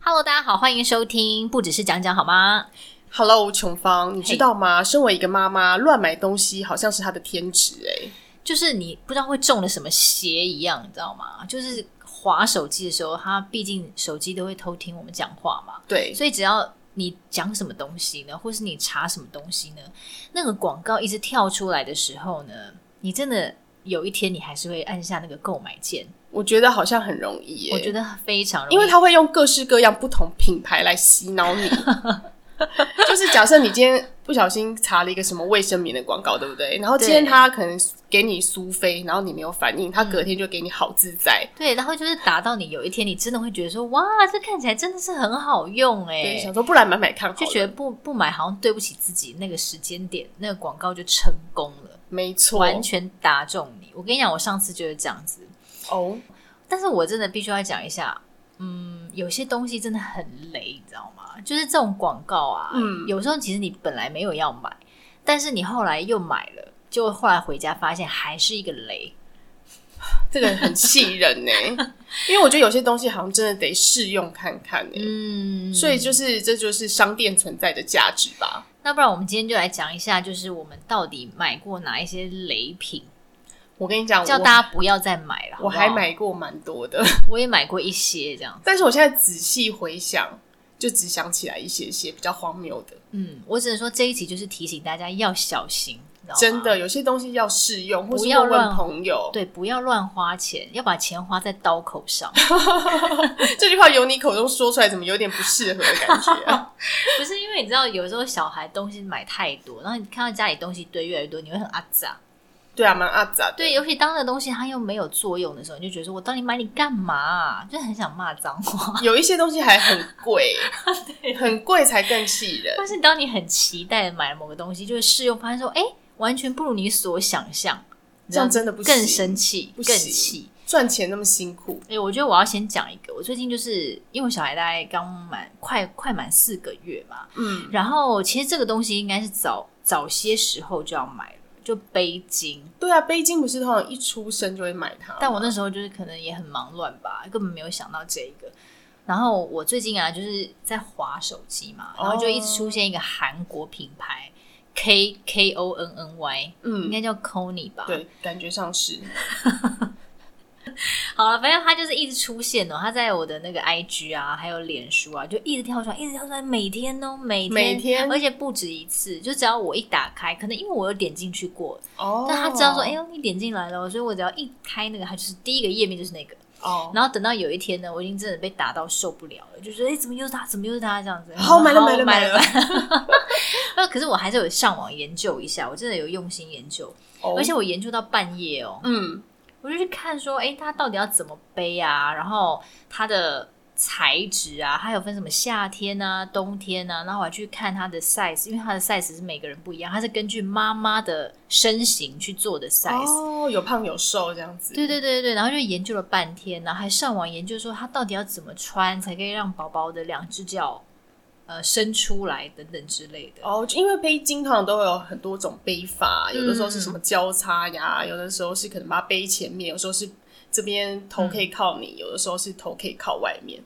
Hello，大家好，欢迎收听，不只是讲讲好吗？ Hello，琼芳，你知道吗？身为一个妈妈，乱买东西好像是她的天职哎、就是你不知道会中了什么邪一样，你知道吗？就是划手机的时候，他毕竟手机都会偷听我们讲话嘛，对，所以只要你讲什么东西呢，或是你查什么东西呢，那个广告一直跳出来的时候呢，你真的有一天你还是会按下那个购买键，我觉得好像很容易、欸。我觉得非常容易，因为他会用各式各样不同品牌来洗 脑你。就是假设你今天不小心查了一个什么卫生棉的广告，对不对？然后今天对他可能给你苏菲，然后你没有反应，他隔嗯天就给你好自在。对，然后就是打到你有一天你真的会觉得说，哇，这看起来真的是很好用哎、对，想说不然买买看好就了。觉得不不买好像对不起自己，那个时间点那个广告就成功了，没错，完全打中你。我跟你讲，我上次就是这样子，哦，但是我真的必须要讲一下，嗯，有些东西真的很雷，你知道吗？就是这种广告啊，嗯有时候其实你本来没有要买，但是你后来又买了，就后来回家发现还是一个雷。这个很气人呢、 因为我觉得有些东西好像真的得试用看看欸呢、嗯，所以就是这就是商店存在的价值吧。那不然我们今天就来讲一下，就是我们到底买过哪一些雷品，我跟你讲，叫我大家不要再买了。好我不好还，买过蛮多的， 我也买过一些这样。但是我现在仔细回想，就只想起来一些些比较荒谬的。嗯，我只能说这一集就是提醒大家要小心，你知道吗真的，有些东西要试用，或啊不是要问乱问朋友。对，不要乱花钱，要把钱花在刀口上。这句话由你口中说出来，怎么有点不适合的感觉 啊、 不是因为你知道，有时候小孩东西买太多，然后你看到家里东西堆越来越多，你会很阿杂。对啊，蛮阿杂的。对，尤其当那个东西它又没有作用的时候，你就觉得说我到底买你干嘛啊、就很想骂脏话。 有一些东西还很贵，很贵才更气人。但是当你很期待地买了某个东西，就是试用，发现说，哎，完全不如你所想象，这样真的不行更生气，不更行气。赚钱那么辛苦，哎、我觉得我要先讲一个，我最近就是因为我小孩大概刚满快快满四个月嘛，嗯，然后其实这个东西应该是早早些时候就要买了，就背巾。对啊，背巾不是通常一出生就会买它吗，但我那时候就是可能也很忙乱吧，根本没有想到这一个。然后我最近啊，就是在划手机嘛，然后就一直哦出现一个韩国品牌 K K O N N Y，应嗯，该叫 Kony 吧？对，感觉上是好了，反正它就是一直出现哦，它在我的那个 IG 啊，还有脸书啊，就一直跳出来，一直跳出来，每天哦，每天，每天而且不止一次，就只要我一打开，可能因为我有点进去过，哦。但他知道说，哎呦，你点进来了哦，所以我只要一开那个，它就是第一个页面就是那个。哦，然后等到有一天呢，我已经真的被打到受不了了，就觉得哎，诶怎么又是他，怎么又是他这样子？好买了好买了买买了，那 可是我还是有上网研究一下，我真的有用心研究，哦而且我研究到半夜哦，嗯，我就去看说，哎，它到底要怎么背啊？然后它的材质啊，它有分什么夏天啊、冬天啊，然后我还去看它的 size，因为它的 size 是每个人不一样，它是根据妈妈的身形去做的 size。哦，有胖有瘦这样子，对对对对对，然后就研究了半天，然后还上网研究说他到底要怎么穿才可以让宝宝的两只脚呃伸出来等等之类的。哦，就因为背巾通常都会有很多种背法，有的时候是什嗯么交叉呀，有的时候是可能把它背前面，有时候是这边头嗯可以靠你，有的时候是头可以靠外面。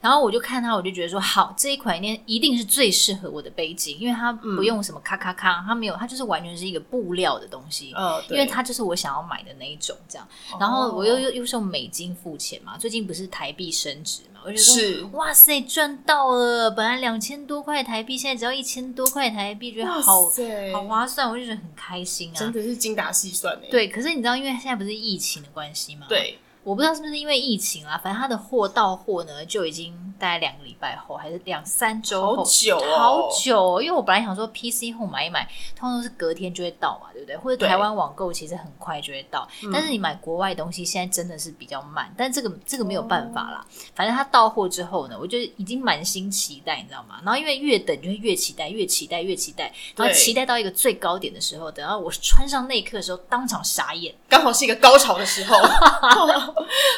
然后我就看他，我就觉得说好，这一款一定一定是最适合我的背巾，因为它嗯不用什么咔咔咔，它没有，它就是完全是一个布料的东西。呃，因对哦为它就是我想要买的那一种，这样，然后我又又又是用美金付钱嘛，最近不是台币升值嘛，我就说是哇塞，赚到了！本来两千多块台币，现在只要一千多块台币，觉得好哇塞好划算，我就觉得很开心真啊。的是精打细算诶。对，可是你知道，因为现在不是疫情的关系嘛，，对，我不知道是不是因为疫情啊，反正它的货到货呢，就已经大概两个礼拜后，还是两三周后好，久哦，好久哦。因为我本来想说 PC 后买一买，通常都是隔天就会到嘛，对不对？或者对嗯台湾网购其实很快就会到，但是你买国外东西现在真的是比较慢，但这个这个没有办法哦啦。反正它到货之后呢，我就已经满心期待，你知道吗？然后因为越等就会越期待，越期待越期待，然后对期待到一个最高点的时候，等到我穿上那一刻的时候，当场傻眼。刚好是一个高潮 的时候，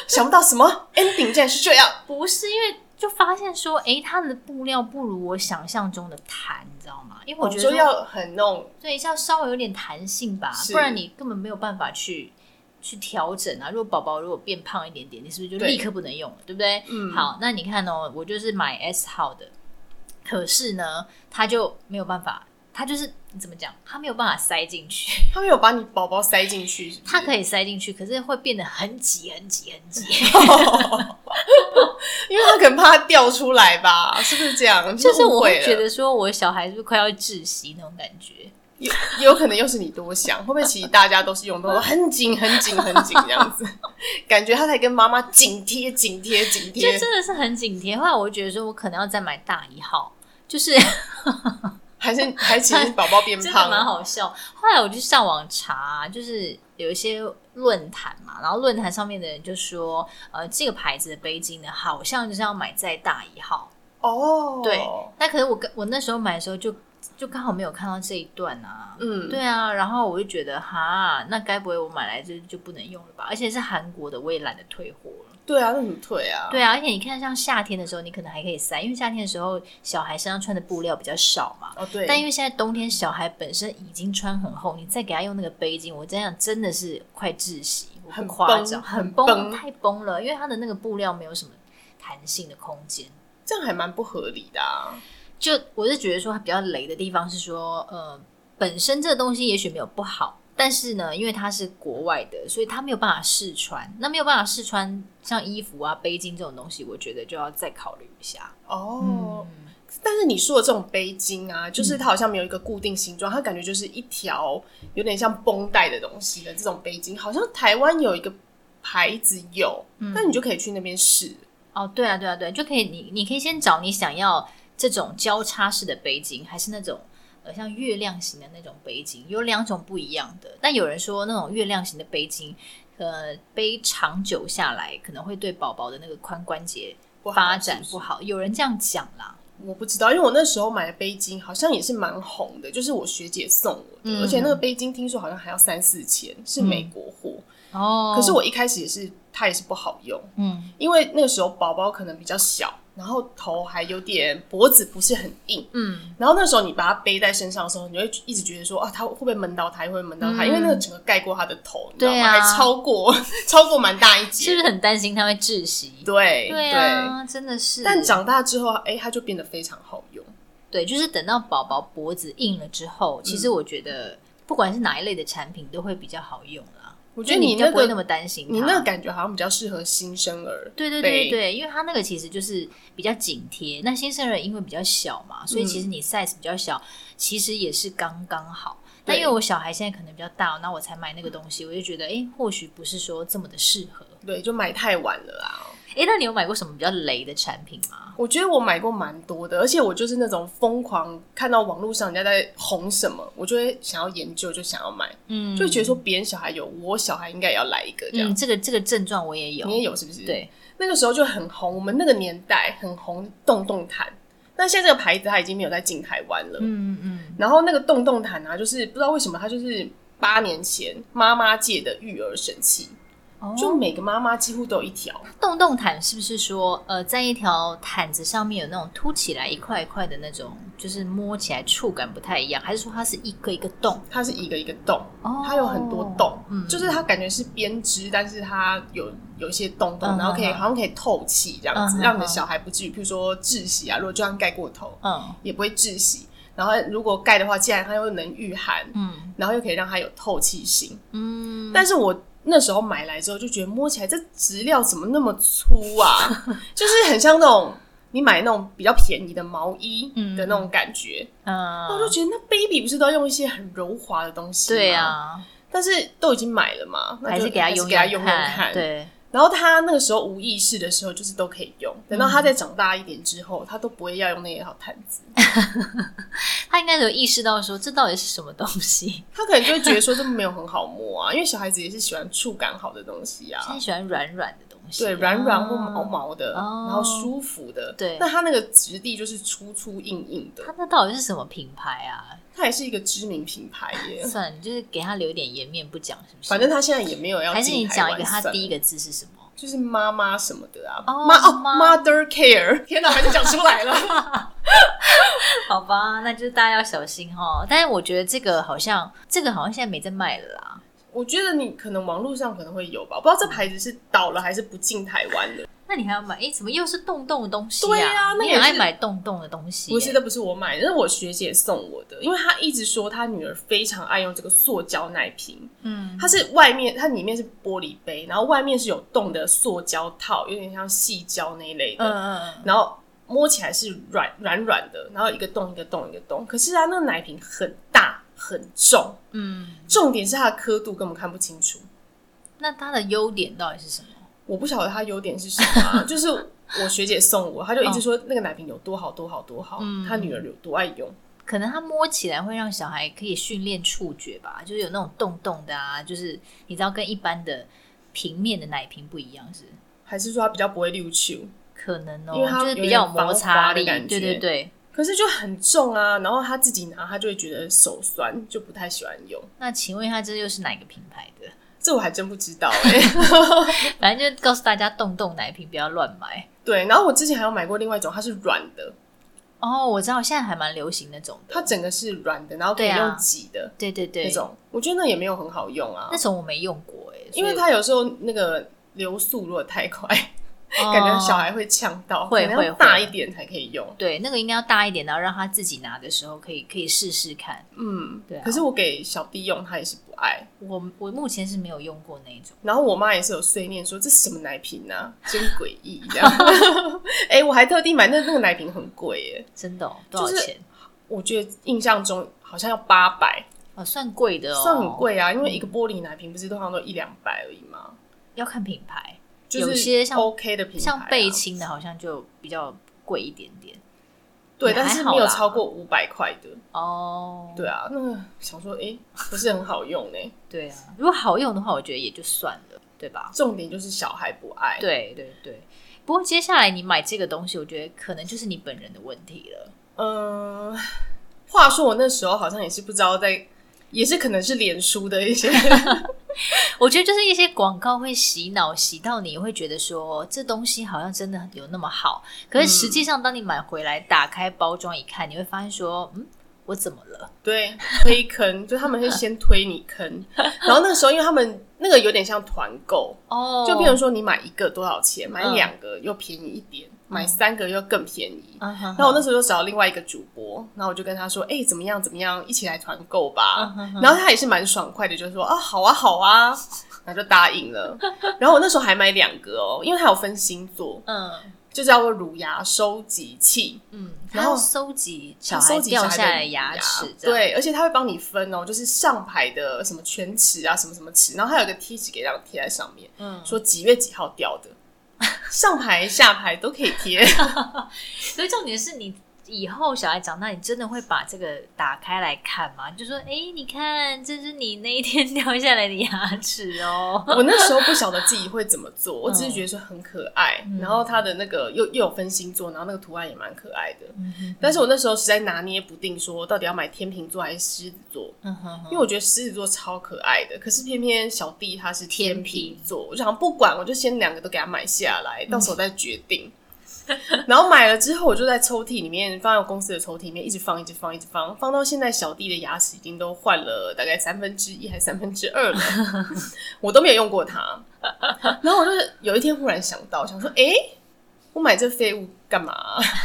想不到什么 ending 竟然是这样。不是因为就发现说，诶，它的布料不如我想象中的弹，你知道吗？因为我觉得就说哦要很那种对，要稍微有点弹性吧，是不然你根本没有办法去去调整啊。如果宝宝如果变胖一点点，你是不是就对立刻不能用了，对不对？嗯好，那你看哦，我就是买 S 号的，可是呢，它就没有办法，它就是你怎么讲，它没有办法塞进去。 他没有把你宝宝塞进去是不是，它可以塞进去，可是会变得很挤、很挤、很 挤。因为他可能怕它掉出来吧，是不是这 样？就是误我会会了觉得说，我的小孩是不是快要窒息那种感觉？有有可能又是你多想，会不会其实大家都是用都很紧、很紧、很紧这样子， 感觉他在跟妈妈紧贴、紧贴、紧就贴，真的是很紧贴。后来我就觉得说，我可能要再买大一号， 就是还是还其实宝宝 变真的胖蛮了，好笑。后来我就上网查，就是有一些论坛嘛，然后论坛上面的人就说，呃，这个牌子的杯巾呢，好像就是要买再大一号。哦，对，那可是我跟我那时候买的时候就就刚好没有看到这一段啊。嗯，对啊，然后我就觉得哈，那该不会我买来就就不能用了吧？而且是韩国的，我也懒得退货了。对啊，那怎么退啊？对啊，而且你看，像夏天的时候，你可能还可以塞，因为夏天的时候小孩身上穿的布料比较少嘛。哦对，但因为现在冬天小孩本身已经穿很厚，你再给他用那个背巾，我这样真的是快窒息，我不很夸张，绷很很绷，绷太绷了，因为它的那个布料没有什么弹性的空间。这样还蛮不合理的啊。就我是觉得说它比较雷的地方是说，呃，本身这个东西也许没有不好，但是呢，因为它是国外的，所以它没有办法试穿。那没有办法试穿，像衣服啊、背巾这种东西，我觉得就要再考虑一下。嗯哦，但是你说的这种背巾啊，就是它好像没有一个固定形状，它感觉就是一条有点像绷带的东西的这种背巾，好像台湾有一个牌子有，嗯那你就可以去那边试。哦，对啊，对啊，对啊就可以你你可以先找你想要这种交叉式的背巾，还是那种呃像月亮型的那种背巾，有两种不一样的。但有人说那种月亮型的背巾，呃，背长久下来可能会对宝宝的那个髋关节不好发展是不是不好，有人这样讲啦。我不知道，因为我那时候买的背巾好像也是蛮红的，就是我学姐送我的，嗯而且那个背巾听说好像还要三四千，是美国货。哦可是我一开始也是，它也是不好用，嗯因为那个时候宝宝可能比较小，然后头还有点脖子不是很硬，嗯，然后那时候你把它背在身上的时候，你会一直觉得说啊，它会不会闷到它，会不会闷到它？嗯因为那个整个盖过它的头，你知道对吗？啊还超过 超过蛮大一是不截，是很担心他会窒息？对对啊，真的是。但长大之后，哎、它就变得非常好用。对，就是等到宝宝脖子硬了之后，其嗯实我觉得不管是哪一类的产品都会比较好用啦。我我觉得你那不会那个么担心它。你那个感觉好像比较适合新生儿，对对对对，因为它那个其实就是比较紧贴。那新生儿因为比较小嘛，所以嗯其实你 size 比较小，其实也是刚刚好。对但因为我小孩现在可能比较大，那我才买那个东西，我就觉得，哎，或许不是说这么的适合。对，就买太晚了啦。哎，那你有买过什么比较雷的产品吗？我觉得我买过蛮多的，而且我就是那种疯狂看到网络上人家在红什么，我就会想要研究，就想要买，嗯就会觉得说别人小孩有，我小孩应该也要来一个这样。嗯，这个这个症状我也有你。也有是不是？，对，那个时候就很红，我们那个年代很红洞洞毯，但现在这个牌子它已经没有在进台湾了。嗯嗯然后那个洞洞毯啊，就是不知道为什么它就是八年前妈妈界的育儿神器，嗯，就就每个妈妈几乎都有一条。洞洞毯是不是说，呃，在一条毯子上面有那种凸起来一块一块的那种，就是摸起来触感不太一样，还是说它是一个一个洞？它是一个一个洞，哦它有很多洞，嗯就是它感觉是编织，但是它有有一些洞洞，嗯然后可以嗯嗯好像可以透气这样嗯子，嗯嗯让你的小孩不至于，譬如说窒息啊，如果就算盖过头嗯也不会窒息。然后如果盖的话，既然它又能御寒，嗯然后又可以让它有透气性。嗯，但是我那时候买来之后就觉得摸起来这质料怎么那么粗 啊，就是很像那种你买那种比较便宜的毛衣的那种感觉。嗯，我就觉得那 baby 不是都要用一些很柔滑的东西吗？对啊，但是都已经买了嘛，那就还是给他还是用给他用用看，对，然后他那个时候无意识的时候，就是都可以嗯用。等到他再长大一点之后，他都不会要用那一套毯子，他应该有意识到说这到底是什么东 西，他可能就会觉得说这没有很好摸啊，因为小孩子也是喜欢触感好的东西他啊很。喜欢软软的东西，对，软软或啊毛。毛的，哦然后舒服的。对那它那个质地就是粗粗硬硬的他，那到底是什么品牌啊？它也是一个知名品牌耶。算了，你 就是给他留点颜面不讲，是不是？反正它现在也没有要还是你进台讲湾一个，他算第一个字是什么？ 就是妈妈什么的啊，哦妈哦妈，mother care，天哪，还是讲出来了。 好吧，那就是大家要小心哦。但是我觉得这个好像，这个好像现在没在卖了啦。我觉得你可能网络上可能会有吧，我不知道这牌子是倒了还是不进台湾的。那你还要买？哎、怎么又是洞洞的东西、对啊啊那你也很爱是买洞洞的东西耶、不是，那不是我买的，那是我学姐送我的，因为她一直说她女儿非常爱用这个塑胶奶瓶，嗯，它是外面它里面是玻璃杯，然后外面是有洞的塑胶套，有点像细胶那一类的，嗯嗯嗯，然后摸起来是软软软的，然后一个洞一个洞一个洞。可是啊，那个奶瓶很大很重，嗯，重点是它的刻度根本看不清楚。那它的优点到底是什么？我不晓得它优点是什么 啊、就是我学姐送我，她就一直说那个奶瓶有多好多好多好，嗯她女儿有多爱用。可能它摸起来会让小孩可以训练触觉吧，就是有那种洞洞的啊，就是你知道跟一般的平面的奶瓶不一样是不是。还是说她比较不会溜球，可能哦，因为它就是有比较有点防摩擦滑的力，感对觉对对。可是就很重啊。然后她自己拿，她就会觉得手酸，就不太喜欢用。那请问一下，这又是哪个品牌的？ 这我还真不知道哎、反正就告诉大家，洞洞奶瓶不要乱买。 对，然后我之前还有买过另外一种，它是软的，哦，我知道，现在还蛮流行那种的。它整个是软的，然后可以对啊用挤的。对对对，那种，我觉得那也没有很好用啊那，种我没用过哎、因为它有时候那个流速如果太快，它感觉小、孩会呛到，哦会可能会要会大一点才可以用。对那个应该要大一点，然后让他自己拿的时候可以可以试试看。嗯，对啊可是我给小弟用，他也是不爱。我我目前是没有用过那一种。然后我妈也是有碎念说这是什么奶瓶啊，真诡异这样。 哎、我还特地买那那个奶瓶很贵耶，真的、哦、多少就是钱？我觉得印象中好像要八百，哦，算贵的哦，嗯算很，贵啊，因为一个玻璃奶瓶不是通常都一两百而已吗？要看品牌，就有是些像 OK 的品牌、啊，像贝亲的好像就比较贵一点点对，也但还是好没有啦超过五百块的。哦。对啊，那个想说，哎、不是很好用呢、对啊，如果好用的话，我觉得也就算了，对吧？重点就是小孩不爱。，对对对。不过接下来你买这个东西，我觉得可能就是你本人的问题了。嗯、话说我那时候好像也是不知道在，也是可能是脸书的 一些我觉得就是一些广告会洗脑，洗到你会觉得说这东西好像真的有那么好，可是实际上当你买回来打开包装一看，你会发现说，嗯，我怎么了？对推坑，就他们会先推你坑，然后那时候因为他们那个有点像团购，哦就比如说你买一个多少钱，买嗯两个又便宜一点，买三个又更便宜。嗯哼然后我那时候就找另外一个主播，然后我就跟他说：“哎、怎么样怎么样，一起来团购吧。嗯然后他也是蛮爽快的，就说：“啊，好啊好啊。”然后就答应了。然后我那时候还买两个哦，因为它有分星座，嗯就叫做乳牙收集器，嗯，然然后后收集小收孩集掉的下来的牙齿，这样，对，而且它会帮你分哦，就是上排的什么全齿啊，什么什么齿，然后它有一个贴纸给让你贴在上面，嗯，说几月几号 掉的，上排下排都可以贴。所以重点是你以后小孩长大，你真的会把这个打开来看吗？你就说，哎、你看，这是你那一天 掉下来的牙齿哦。我那时候不晓得自己会怎么做，我只是觉得说很可爱，然后它的那个又又有分星座，然后那个图案也蛮可爱的。但是我那时候实在拿捏不定，说到底要买天秤座还是狮子座，嗯哼因哼，为我觉得狮子座超可爱的，可是偏偏小弟他是天秤座，我就想不管，我就先两个都给他买下来，到时候再决定。 然后买了之后，我就在抽屉里面放在我公司的抽屉里面一直放，一直放，一直放，放到现在小弟的牙齿已经都换了大概三分之一还三分之二 了，我都没有用过它。然后我就是有一天忽然想到，想说，诶，我买这废物干嘛？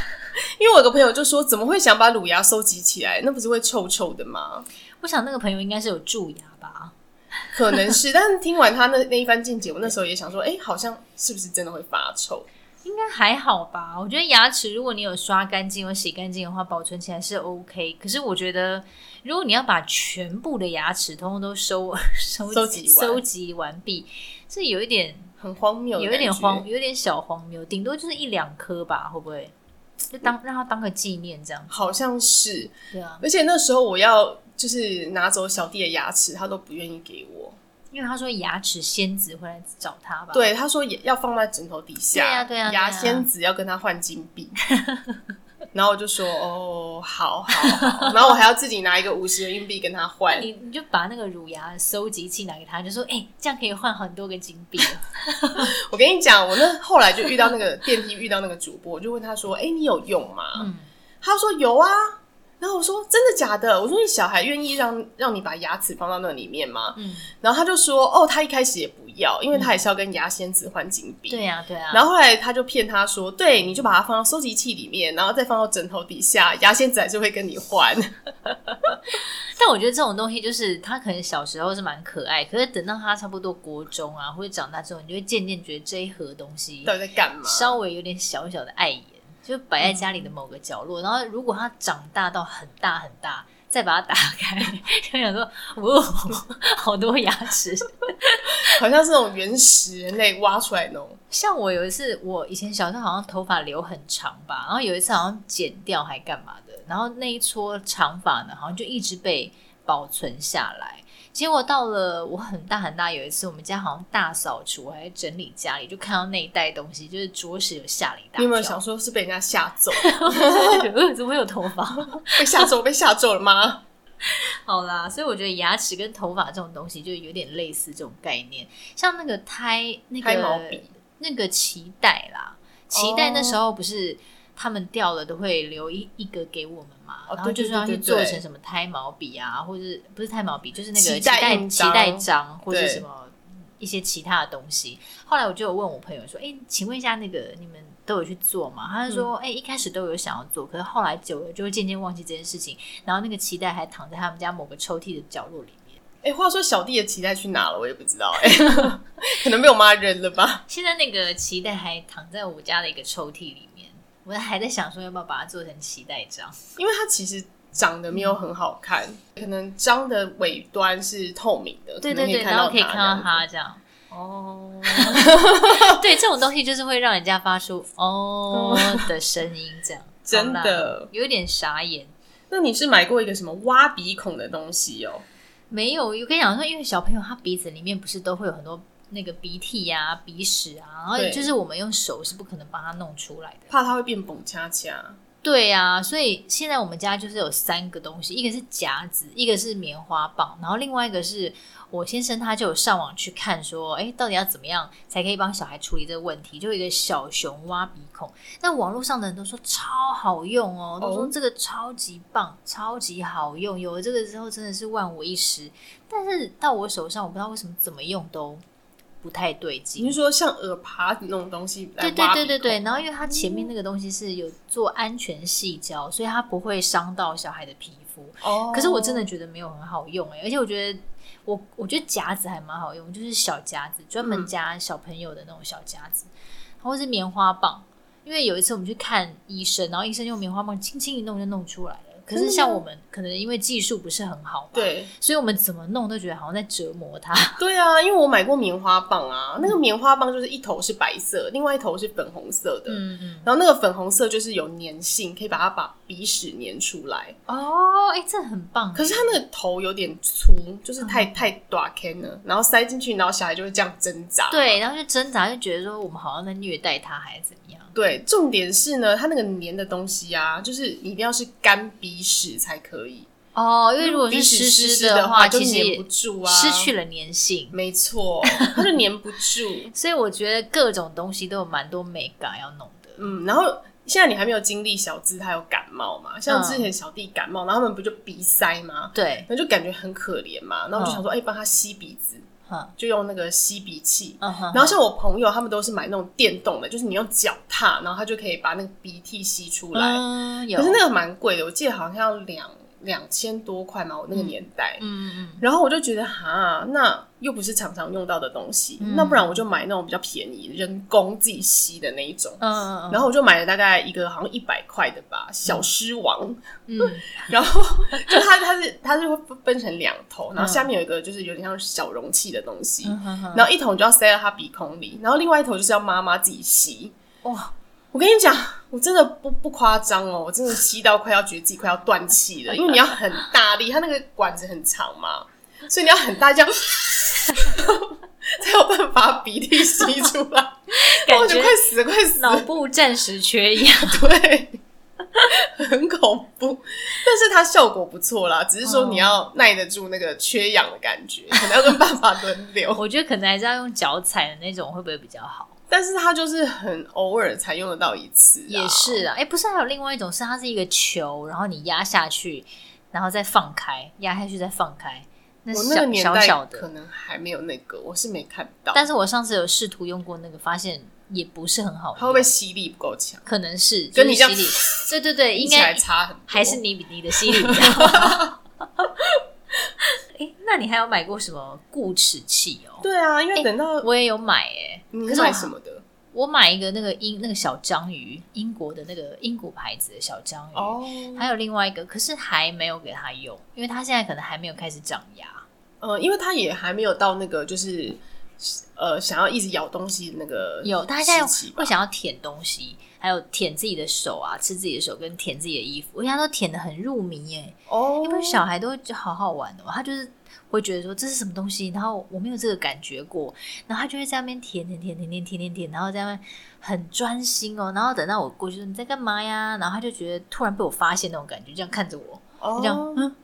因为我有个朋友就说，怎么会想把乳牙收集起来？那不是会臭臭的吗？我想那个朋友应该是有蛀牙吧。可能是，但是听完他那那一番见解，我那时候也想说，哎、好像是不是真的会发臭？应该还好吧，我觉得牙齿如果你有刷干净、有洗干净的话，保存起来是 OK。可是我觉得，如果你要把全部的牙齿通通都收 收收集集完收集完毕，这有一点很荒谬，有一点荒，。有一点小荒谬，顶多就是一两颗吧，会不会？就当让它当个纪念这样。好像是，对啊，而且那时候我要就是拿走小弟的牙齿，他都不愿意给我。因为他说牙齿仙子会来找他吧？，对，他说也要放在枕头底下，对啊对啊对啊牙仙子要跟他换金币。然后我就说哦，好好好，然后我还要自己拿一个五十元硬币跟他换。你你就把那个乳牙收集器拿给他，就说：“哎、这样可以换很多个金币了。我跟你讲，我那后来就遇到那个电梯遇到那个主播，我就问他说，哎、你有用吗？嗯他说有啊，然后我说真的假的？我说你小孩愿意让让你把牙齿放到那里面吗？嗯，然后他就说哦，他一开始也不要，因为他也是要跟牙仙子换金嗯币。对呀、啊对呀、然后后来他就骗他说，对，你就把它放到收集器里面，然后再放到枕头底下，牙仙子还是会跟你 换。但我觉得这种东西就是他可能小时候是蛮可爱，可是等到他差不多国中啊或者长大之后，你就会渐渐觉得这一盒东西到底在干嘛？稍微有点小小的碍眼，就摆在家里的某个角嗯落。然后如果它长大到很大很大，再把它打开， 就想说，哇、好多牙齿。好像是那种原始人类挖出来的那种。像我有一次，我以前小时候好像头发留很长吧，然后有一次好像剪掉还干嘛的，然后那一撮长发呢，好像就一直被保存下来。结果到了我很大很大有一次，我们家好像大扫除，我还在整理家里，就看到那一袋东西，就是着实有吓了一大跳。你有 没有想说是被人家吓走？ 呃怎么会有头发？被吓走？被吓走了吗？ 好啦，所以我觉得牙齿跟头发这种东西就有点类似这种概念，像那个胎那胎毛个笔哦那个脐带啦，脐带那时候不是他们掉了都会留一一个给我们嘛，哦然后对就对是要去对对做对成什么胎毛笔啊，或者是不是胎毛笔，就是那个脐脐带带印章脐带章或者对什么一些其他的东西。后来我就有问我朋友说：“哎、请问一下，那个你们都有去做吗？”他就说：“哎、一开始都有想要做，可是后来久了就会渐渐忘记这件事情。然后那个脐带还躺在他们家某个抽屉的角落里面。哎、话说小弟的脐带去哪了？我也不知 道、哎，可能被我妈扔了吧。现在那个脐带还躺在我家的一个抽屉里面。我还在想说要不要把它做成脐带章。因为它其实长得没有很好看，可能章的尾端是透明的，对对对，可能然后可以看看到到它这样。它。哦，对，这种东西就是会让人家发出 “哦”的声音，这样真的好啦有点傻眼。 那你是买过一个什么挖鼻孔的东西哦？没有，我跟你讲说，因为小朋友他鼻子里面不是都会有很多那个鼻涕呀、鼻屎啊，然后对就是我们用手是不可能帮他弄出来的。怕它会变蹦恰恰。对呀、所以现在我们家就是有三个东西，一个是夹子，一个是棉花棒，然后另外一个是我先生他就有上网去看说，哎，到底要怎么样才可以帮小孩处理这个问题？就有一个小熊挖鼻孔，那网络上的人都说超好用哦，都说哦这个超级棒，超级好用，有了这个之后真的是万无一失。但是到我手上，我不知道为什么怎么用都不太对劲你。是说像耳耙子那种东西来对挖对对鼻对孔对，然后因为它前面那个东西是有做安全细胶，所以它不会伤到小孩的皮肤。哦，可是我真的觉得没有很好用哎、而且我觉得我我觉得夹子还蛮好用，就是小夹子，专门夹小朋友的那种小夹子，或是棉花棒。因为有一次我们去看医生，然后医生用棉花棒轻轻一弄就弄出来了。可真是的像吗我们可能因为技术不是很好嘛，，对所以我们怎么弄都觉得好像在折磨它。对啊，因为我买过棉花棒啊，那个棉花棒就是一头是白色，另外一头是粉红色的。嗯嗯。然后那个粉红色就是有粘性，可以把它把鼻屎粘出来。哦，哎、这很棒。可是它那个头有点粗，就是太、嗯太短 can 了，然后塞进去，然后小孩就会这样挣扎。对，然后就挣扎，就觉得说我们好像在虐待他，还是怎么样？对，重点是呢，它那个粘的东西啊，就是你一定要是干鼻屎才可以。哦，因为如果鼻是屎湿湿湿的话，就其实粘不也住啊，失去了粘性。没错，它就粘不住。 所以我觉得各种东西都有蛮多美感要弄的。嗯，然后现在你还没有经历小资他有感冒嘛？嗯像之前小弟感冒，然后他们不就鼻塞吗？对，那就感觉很可怜嘛。然后我嗯就想说，哎、帮、他吸鼻子，哼，就用那个吸鼻器。嗯哼，然后像我朋友，他们都是买那种电动的，就是你用脚踏，然后他就可以把那个鼻涕吸出来。嗯，有，可是那个蛮贵的，我记得好像要两两千多块嘛，我那个年代。嗯嗯然后我就觉得哈，那又不是常常用到的东西，嗯那不然我就买那种比较便宜、人工自己吸的那一种。嗯嗯然后我就买了大概一个好像一百块的吧，小狮王，嗯嗯，然后 就它它是它是会分成两头，然后下面有一个就是有点像小容器的东西，嗯哼哼，然后一头你就要塞到他鼻孔里，然后另外一头就是要妈妈自己吸。哇，我跟你讲，我真的不不夸张哦，我真的吸到快要觉得自己快要断气了，因为你要很大力，它那个管子很长嘛，所以你要很大力这样 才有办法把鼻涕吸出来。 感我觉觉得快死了，快死了脑部暂时缺氧。 对，很恐怖，但是它效果不错啦，只是说你要耐得住那个缺氧的感觉，可能要跟爸爸轮流。我觉得可能还是要用脚踩的那种，会不会比较好？但是它就是很偶尔才用得到一次啊、也是啊，哎、不是还有另外一种是它是一个球，然后你压下去，然后再放开，压下去再放开，那我是那个小年小代小可的。能还没有那个，我是没看到。但是我上次有试图用过那个，发现也不是很好它会不会用，吸力不够强？可能是跟你就是这样吸力，对对对，应比起来该差很多。还是你你的吸力 比较好。哎、那你还有买过什么固齿器哦？对啊，因为等到、我也有买哎、你可是是我买什么的？我买一个那个英那个小章鱼，英国的那个英国牌子的小章鱼，哦，还有另外一个，可是还没有给它用，因为它现在可能还没有开始长牙。呃，因为它也还没有到那个就是呃想要一直咬东西的那个有，它现在时呃期吧会想要舔东西，还有舔自己的手啊，吃自己的手跟舔自己的衣服，而且它都舔的很入迷耶。哦因，为哎小孩都会觉得好好玩哦，他就是会觉得说这是什么东西，然后我没有这个感觉过，然后他就会在那边舔舔舔舔舔舔舔舔，然后在那边很专心哦，然后等到我过去说你在干嘛呀，然后他就觉得突然被我发现那种感觉，这样看着我，哦这样嗯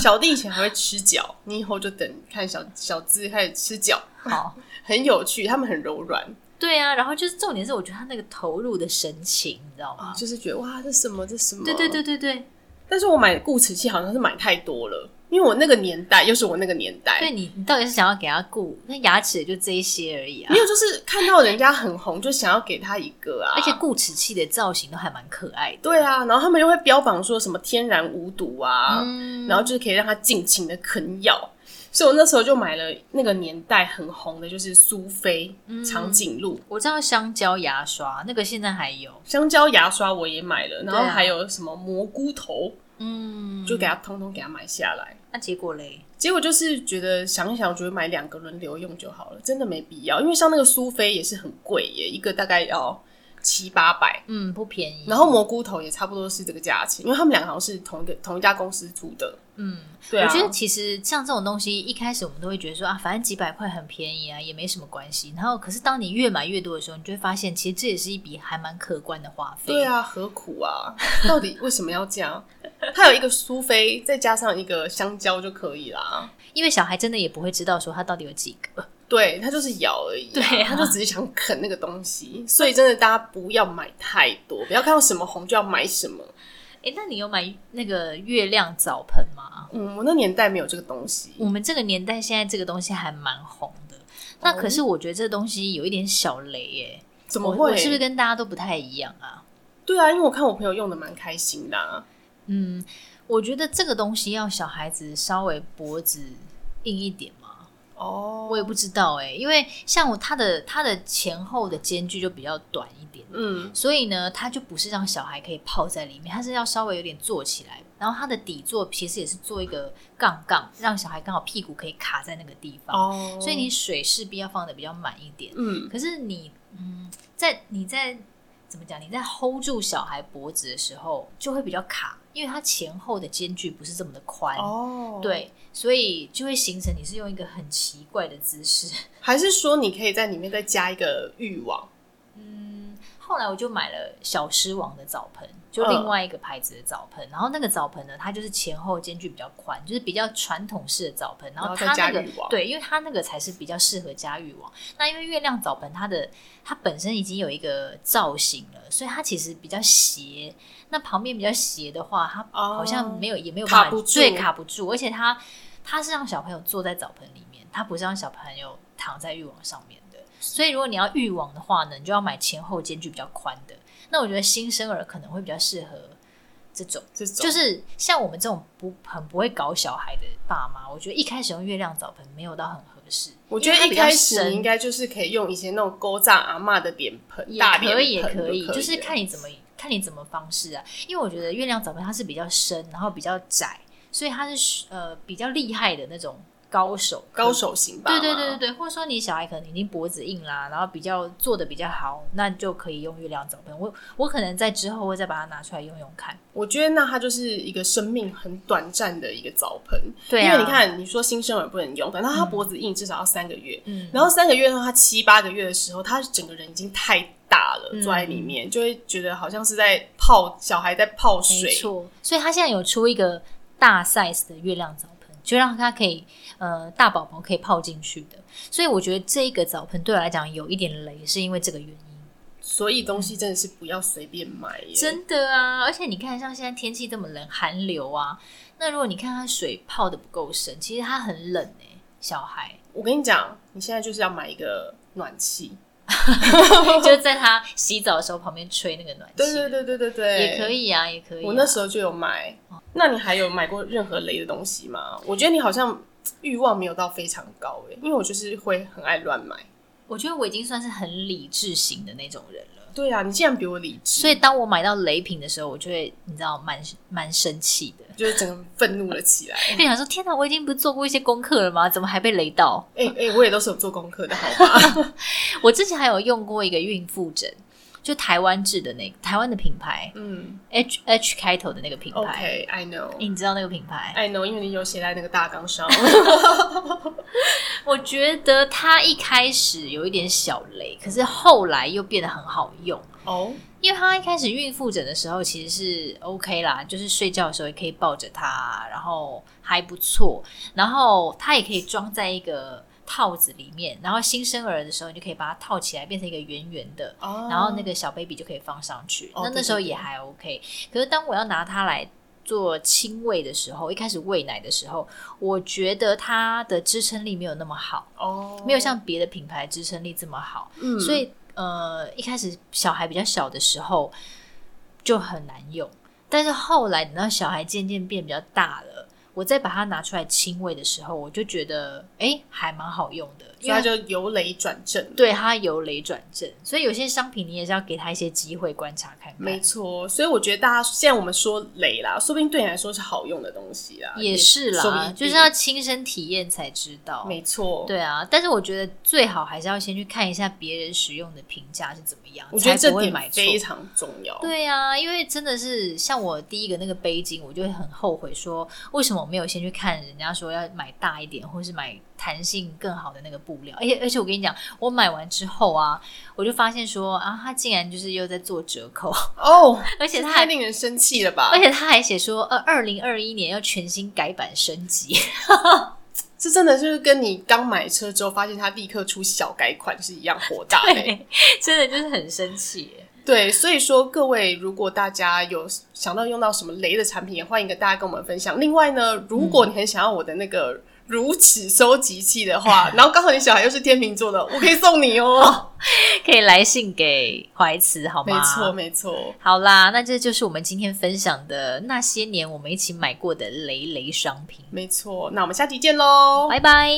小弟以前还会吃脚，你以后就等看小小资开始吃脚，好。 很有趣，他们很柔软，对啊，然后就是重点是，我觉得他那个投入的神情，你知道吗？就是觉得哇，这什么这什么？啊对对对。对对，但是我买固齿器好像是买太多了，因为我那个年代又是我那个年代，对你，你到底是想要给他顾，那牙齿也就这一些而已啊没。有就是看到人家很红，就想要给他一个啊，而且固齿器的造型都还蛮可爱的，对啊，然后他们又会标榜说什么天然无毒啊，嗯，然后就是可以让它尽情的啃咬。所以我那时候就买了那个年代很红的，就是苏菲、嗯长颈鹿、我知道香蕉牙刷那个现在还有，香蕉牙刷，我也买了，然后对啊还有什么蘑菇头，嗯，就给它通通给它买下来。那结果嘞，结果就是觉得想一想，我觉得买两个轮流用就好了，真的没必要。因为像那个苏菲也是很贵耶，一个大概要七八百，嗯，不便宜，然后蘑菇头也差不多是这个价钱，因为他们两个好像是同一个同一家公司出 的。嗯，对啊，我觉得其实像这种东西，一开始我们都会觉得说啊，反正几百块很便宜啊，也没什么关系。然后，可是当你越买越多的时候，你就会发现，其实这也是一笔还蛮可观的花费。对啊，何苦啊？到底为什么要这样？它有一个苏菲，再加上一个香蕉就可以 啦。因为小孩真的也不会知道说他到底有几个。对，它就是咬而已、啊，对啊它就只是想啃那个东西。所以真的，大家不要买太多，不要看到什么红就要买什么。 哎，那你有买那个月亮澡盆吗？嗯，我那年代没有这个东西。我们这个年代现在这个东西还蛮红的。哦那可是我觉得这个东西有一点小雷耶、怎我么会？我是不是跟大家都不太一样啊？对啊，因为我看我朋友用的蛮开心的、啊。嗯，我觉得这个东西要小孩子稍微脖子硬一点嘛，哦，我也不知道哎、因为像我他的他的前后的间距就比较短一点，嗯，所以呢，它就不是让小孩可以泡在里面，它是要稍微有点坐起来，然后它的底座其实也是做一个杠杠，让小孩刚好屁股可以卡在那个地方，哦，所以你水势必要放的比较满一点。嗯可是你，嗯，在你在怎么讲？你在 hold 住小孩脖子的时候，就会比较卡，因为它前后的间距不是这么的宽。哦，，对，所以就会形成你是用一个很奇怪的姿势。还是说你可以在里面再加一个欲望？嗯，后来我就买了小狮王的澡盆，就嗯另外一个牌子的澡盆。然后那个澡盆呢，它就是前后间距比较宽，就是比较传统式的澡盆。然然后再它加那个浴网对，因为它那个才是比较适合加浴网。那因为月亮澡盆它的它本身已经有一个造型了，所以它其实比较斜。那旁边比较斜的话，它哦好像没有、也没有卡办法不住对卡不住，而且它它是让小朋友坐在澡盆里面，它不是让小朋友躺在浴网上面的。所以如果你要浴网的话呢，你就要买前后间距比较宽的。那我觉得新生儿可能会比较适合这种，这种就是像我们这种不很不会搞小孩的爸妈，我觉得一开始用月亮澡盆没有到很合适。我觉因为它得一比较开始你深应该就是可以用以前那种勾炸阿嬷的脸盆，也大脸可盆以，也就可以，就是了看你怎么看你怎么方式啊。因为我觉得月亮澡盆它是比较深，然后比较窄，所以它是呃比较厉害的那种高手。高手型吧。对对对对对，或者说你小孩可能已经脖子硬啦，然后比较做的比较好，那就可以用月亮澡盆。我我可能在之后会再把它拿出来用用看。我觉得那它就是一个生命很短暂的一个澡盆，对啊因为你看你说新生儿不能用，等到他脖子硬至少要三个月，嗯然后三个月的话，他七八个月的时候，他整个人已经太大了，嗯坐在里面就会觉得好像是在泡小孩在泡没水，错，所以他现在有出一个大 size 的月亮澡盆，就让它可以呃大宝宝可以泡进去的。所以我觉得这一个澡盆对我来讲有一点雷，是因为这个原因。所以东西真的是不要随便买耶。真的啊，而且你看，像现在天气这么冷，寒流啊，那如果你看它水泡的不够深，其实它很冷哎、小 孩我跟你讲，你现在就是要买一个暖气。就是在他洗澡的时候旁边吹那个暖气，对对对对对对，也可。以啊，也可以啊、我那时候就有买。那你还有买过任何雷的东西吗？我觉得你好像欲望没有到非常高诶，因为我就是会很爱乱买。我觉得我已经算是很理智型的那种人了。对啊，你竟然比我理智，所以当我买到雷品的时候，我就会你知道蛮蛮生气的，就是整个愤怒了起来。 就想说天哪，我已经不是做过一些功课了吗？怎么还被雷到？哎、哎、我也都是有做功课的，好吧？ 我之前还有用过一个孕妇枕，就台湾制的那个台湾的品牌嗯 H H 开头的那个品牌， ，OK，I、know。诶你知道那个品牌？ I know，因为你有写在那个大 纲上。我觉得它一开始有一点小雷，可是后来又变得很好用。哦，因为她一开始孕妇枕的时候其实是 OK 啦，就是睡觉的时候也可以抱着它，然后还不错，然后它也可以装在一个套子里面，然后新生儿的时候你就可以把它套起来，变成一个圆圆的，哦然后那个小 baby 就可以放上去。哦那对那时候对对也还 OK，可是当我要拿它来。做亲喂的时候，一开始喂奶的时候，我觉得它的支撑力没有那么好，哦，没有像别的品牌支撑力这么好。嗯，所以呃，一开始小孩比较小的时候就很难用，但是后来等到小孩渐渐变比较大了，我再把它拿出来亲喂的时候，我就觉得哎、诶还蛮好用的，所以因它为就由雷转正。对它有雷转正，所以有些商品你也是要给他一些机会观察看没看。错，所以我觉得大家现在我们说雷啦，说不定对你来说是好用的东西啦，也是说不啦，定就是要亲身体验才知道。没错。，对啊，但是我觉得最好还是要先去看一下别人使用的评价是怎么样，我觉得这才不会买点错。非常重要。，对啊，因为真的是像我第一个那个背巾，我就会很后悔说，为什么我没有先去看人家说要买大一点，或是买弹性更好的那个布料。而且而且我跟你讲，我买完之后啊，我就发现说啊，他竟然就是又在做折扣， 哦，而且他太还。令人生气了吧而？且他还写说，呃，二零二一年要全新改版升级，这真的就是跟你刚买车之后发现它立刻出小改款是一样火大 的、对，真的就是很生气耶。对，所以说各位，如果大家有想到用到什么雷的产品，也欢迎跟大家跟我们分享。另外呢，如果你很想要我的那个乳齿收集器的话，然后刚好你小孩又是天秤座的，我可以送你哦。可以来信给怀慈好没吗？错，没错。好啦，那这就是我们今天分享的那些年我们一起买过的雷雷商品。没错，那我们下期见喽，拜拜。